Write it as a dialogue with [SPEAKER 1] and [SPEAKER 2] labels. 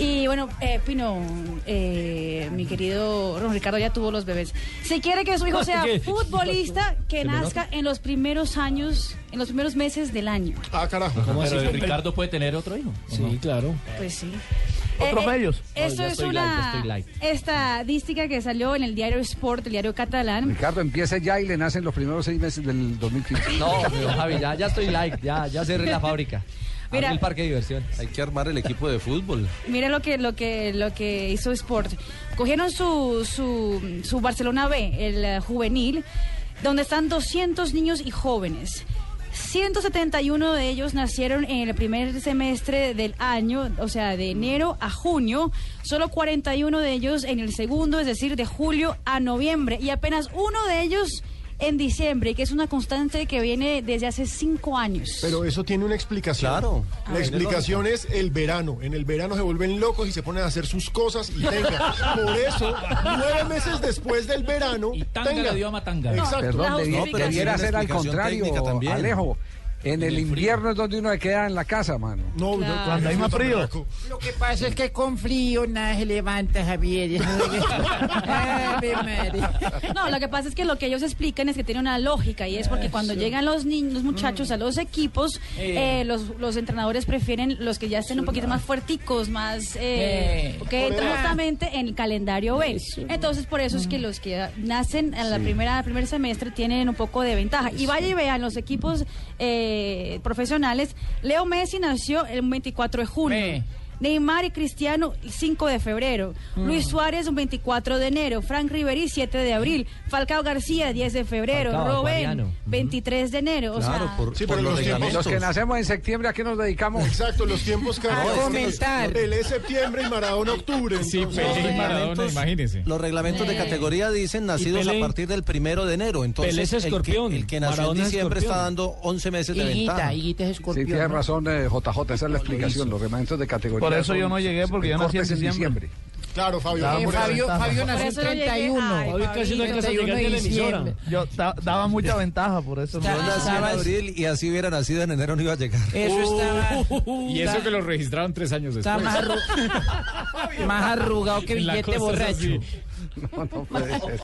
[SPEAKER 1] Y bueno, eh, Pino, eh, mi querido Ron Ricardo ya tuvo los bebés. Si quiere que su hijo sea
[SPEAKER 2] ¿Qué?
[SPEAKER 1] futbolista, que nazca en los primeros años, en los primeros meses del año.
[SPEAKER 3] Ah, carajo.
[SPEAKER 2] Pero
[SPEAKER 3] Pero-
[SPEAKER 2] Ricardo puede tener otro hijo.
[SPEAKER 3] Sí, claro.
[SPEAKER 1] Pues sí.
[SPEAKER 2] Otros medios.
[SPEAKER 1] Esto
[SPEAKER 2] No, ya
[SPEAKER 1] es
[SPEAKER 2] estoy light, ya
[SPEAKER 1] una
[SPEAKER 2] estoy light.
[SPEAKER 1] estadística que salió en el diario Sport, el diario catalán.
[SPEAKER 4] Ricardo, empieza ya y le nacen los primeros seis meses del 2015.
[SPEAKER 5] No, pero Javi, ya, ya estoy like, ya, ya cerré la fábrica. Abrí
[SPEAKER 1] Mira.
[SPEAKER 5] el parque de diversión.
[SPEAKER 6] Hay que armar el equipo de fútbol.
[SPEAKER 1] Mira lo que, lo que, lo que hizo Sport. Cogieron su, su, su Barcelona B, el eh, juvenil, donde están 200 niños y jóvenes. 171 de ellos nacieron en el primer semestre del año, o sea, de enero a junio. Solo 41 de ellos en el segundo, es decir, de julio a noviembre. Y apenas uno de ellos en diciembre, que es una constante que viene desde hace cinco años.
[SPEAKER 3] Pero eso tiene una explicación.
[SPEAKER 6] Claro.
[SPEAKER 2] Ah,
[SPEAKER 3] La explicación es el verano. En el verano se vuelven locos y se ponen a hacer sus cosas y tenga. Por eso, nueve meses después del verano.
[SPEAKER 2] Y tanga le dio a Matanga. No,
[SPEAKER 3] Exacto.
[SPEAKER 1] la
[SPEAKER 4] Perdón, debi-
[SPEAKER 1] justificación.
[SPEAKER 6] No, pero
[SPEAKER 4] debiera
[SPEAKER 6] tiene
[SPEAKER 4] ser
[SPEAKER 6] una
[SPEAKER 4] al
[SPEAKER 6] explicación
[SPEAKER 4] contrario,
[SPEAKER 6] técnica también.
[SPEAKER 4] Alejo. En el
[SPEAKER 2] el frío.
[SPEAKER 4] invierno es donde uno se queda en la casa, mano.
[SPEAKER 3] No, no,
[SPEAKER 1] Claro.
[SPEAKER 3] cuando hay más frío.
[SPEAKER 7] Lo que pasa es que con frío nada se levanta, Javier. Ave madre.
[SPEAKER 1] No, lo que pasa es que lo que ellos explican es que tiene una lógica y es porque cuando llegan los niños, los muchachos a los equipos, eh, los, los entrenadores prefieren los que ya estén un poquito más fuerticos, más eh,
[SPEAKER 2] Eh.
[SPEAKER 1] que entran justamente en el calendario B. Entonces por eso es que los que nacen en la primera primer semestre tienen un poco de ventaja. Y vaya y vean los equipos eh, profesionales. Leo Messi nació el 24 de junio.
[SPEAKER 2] Ve.
[SPEAKER 1] Neymar y Cristiano, el 5 de febrero. Luis Suárez, un 24 de enero. Frank Riveri, 7 de abril. Falcao García, 10 de febrero.
[SPEAKER 5] Falcao,
[SPEAKER 1] Robén,
[SPEAKER 5] acuariano. Ujú.
[SPEAKER 1] 23 de enero. O
[SPEAKER 6] Claro,
[SPEAKER 1] sea,
[SPEAKER 6] por,
[SPEAKER 3] Sí,
[SPEAKER 6] por
[SPEAKER 3] pero
[SPEAKER 6] los
[SPEAKER 3] los tiempos-
[SPEAKER 6] reglamentos.
[SPEAKER 4] Los que nacemos en septiembre, ¿a qué nos dedicamos?
[SPEAKER 3] Exacto, los tiempos cambian.
[SPEAKER 7] comentar.
[SPEAKER 3] Él es septiembre y Maradona octubre.
[SPEAKER 2] Sí,
[SPEAKER 3] entonces-
[SPEAKER 2] pero-
[SPEAKER 6] Los
[SPEAKER 2] Pelé y Maradona,
[SPEAKER 6] reglamentos-
[SPEAKER 7] Eh,
[SPEAKER 2] imagínese.
[SPEAKER 6] Los reglamentos de categoría dicen nacidos
[SPEAKER 2] Pelé-
[SPEAKER 6] a partir del primero de enero. Entonces,
[SPEAKER 2] Pelé es
[SPEAKER 6] el que-
[SPEAKER 2] escorpión,
[SPEAKER 6] El que, nació en
[SPEAKER 2] Maradona es
[SPEAKER 6] diciembre está
[SPEAKER 2] escorpión.
[SPEAKER 6] dando 11 meses de
[SPEAKER 7] Higuita,
[SPEAKER 6] ventaja.
[SPEAKER 7] higuita es
[SPEAKER 4] Sí,
[SPEAKER 7] escorpión.
[SPEAKER 4] tienes
[SPEAKER 7] ¿no?
[SPEAKER 4] razón, eh, JJ, esa es la explicación, los reglamentos de categoría.
[SPEAKER 8] Por eso
[SPEAKER 4] son-
[SPEAKER 8] yo no llegué, porque yo nací en
[SPEAKER 4] cortes
[SPEAKER 8] diciembre.
[SPEAKER 3] Claro, Fabio.
[SPEAKER 7] Eh,
[SPEAKER 3] por eso.
[SPEAKER 7] Fabio, Fabio
[SPEAKER 1] Por
[SPEAKER 7] nació en
[SPEAKER 1] eso yo llegué-
[SPEAKER 7] 31.
[SPEAKER 1] Ay, Hoy casi no alcanza a
[SPEAKER 7] 31 de diciembre.
[SPEAKER 8] Yo da- daba mucha ventaja por eso.
[SPEAKER 6] Yo
[SPEAKER 8] no-
[SPEAKER 6] nací en
[SPEAKER 7] Estabas-
[SPEAKER 6] abril y así hubiera nacido en enero no iba a llegar.
[SPEAKER 7] Eso estaba.
[SPEAKER 2] Y eso que lo registraron tres años después.
[SPEAKER 7] Está más, arru- más arrugado que
[SPEAKER 2] En la
[SPEAKER 7] billete
[SPEAKER 2] cosa es
[SPEAKER 7] borracho.
[SPEAKER 2] así.
[SPEAKER 4] No, pues. no puede ser.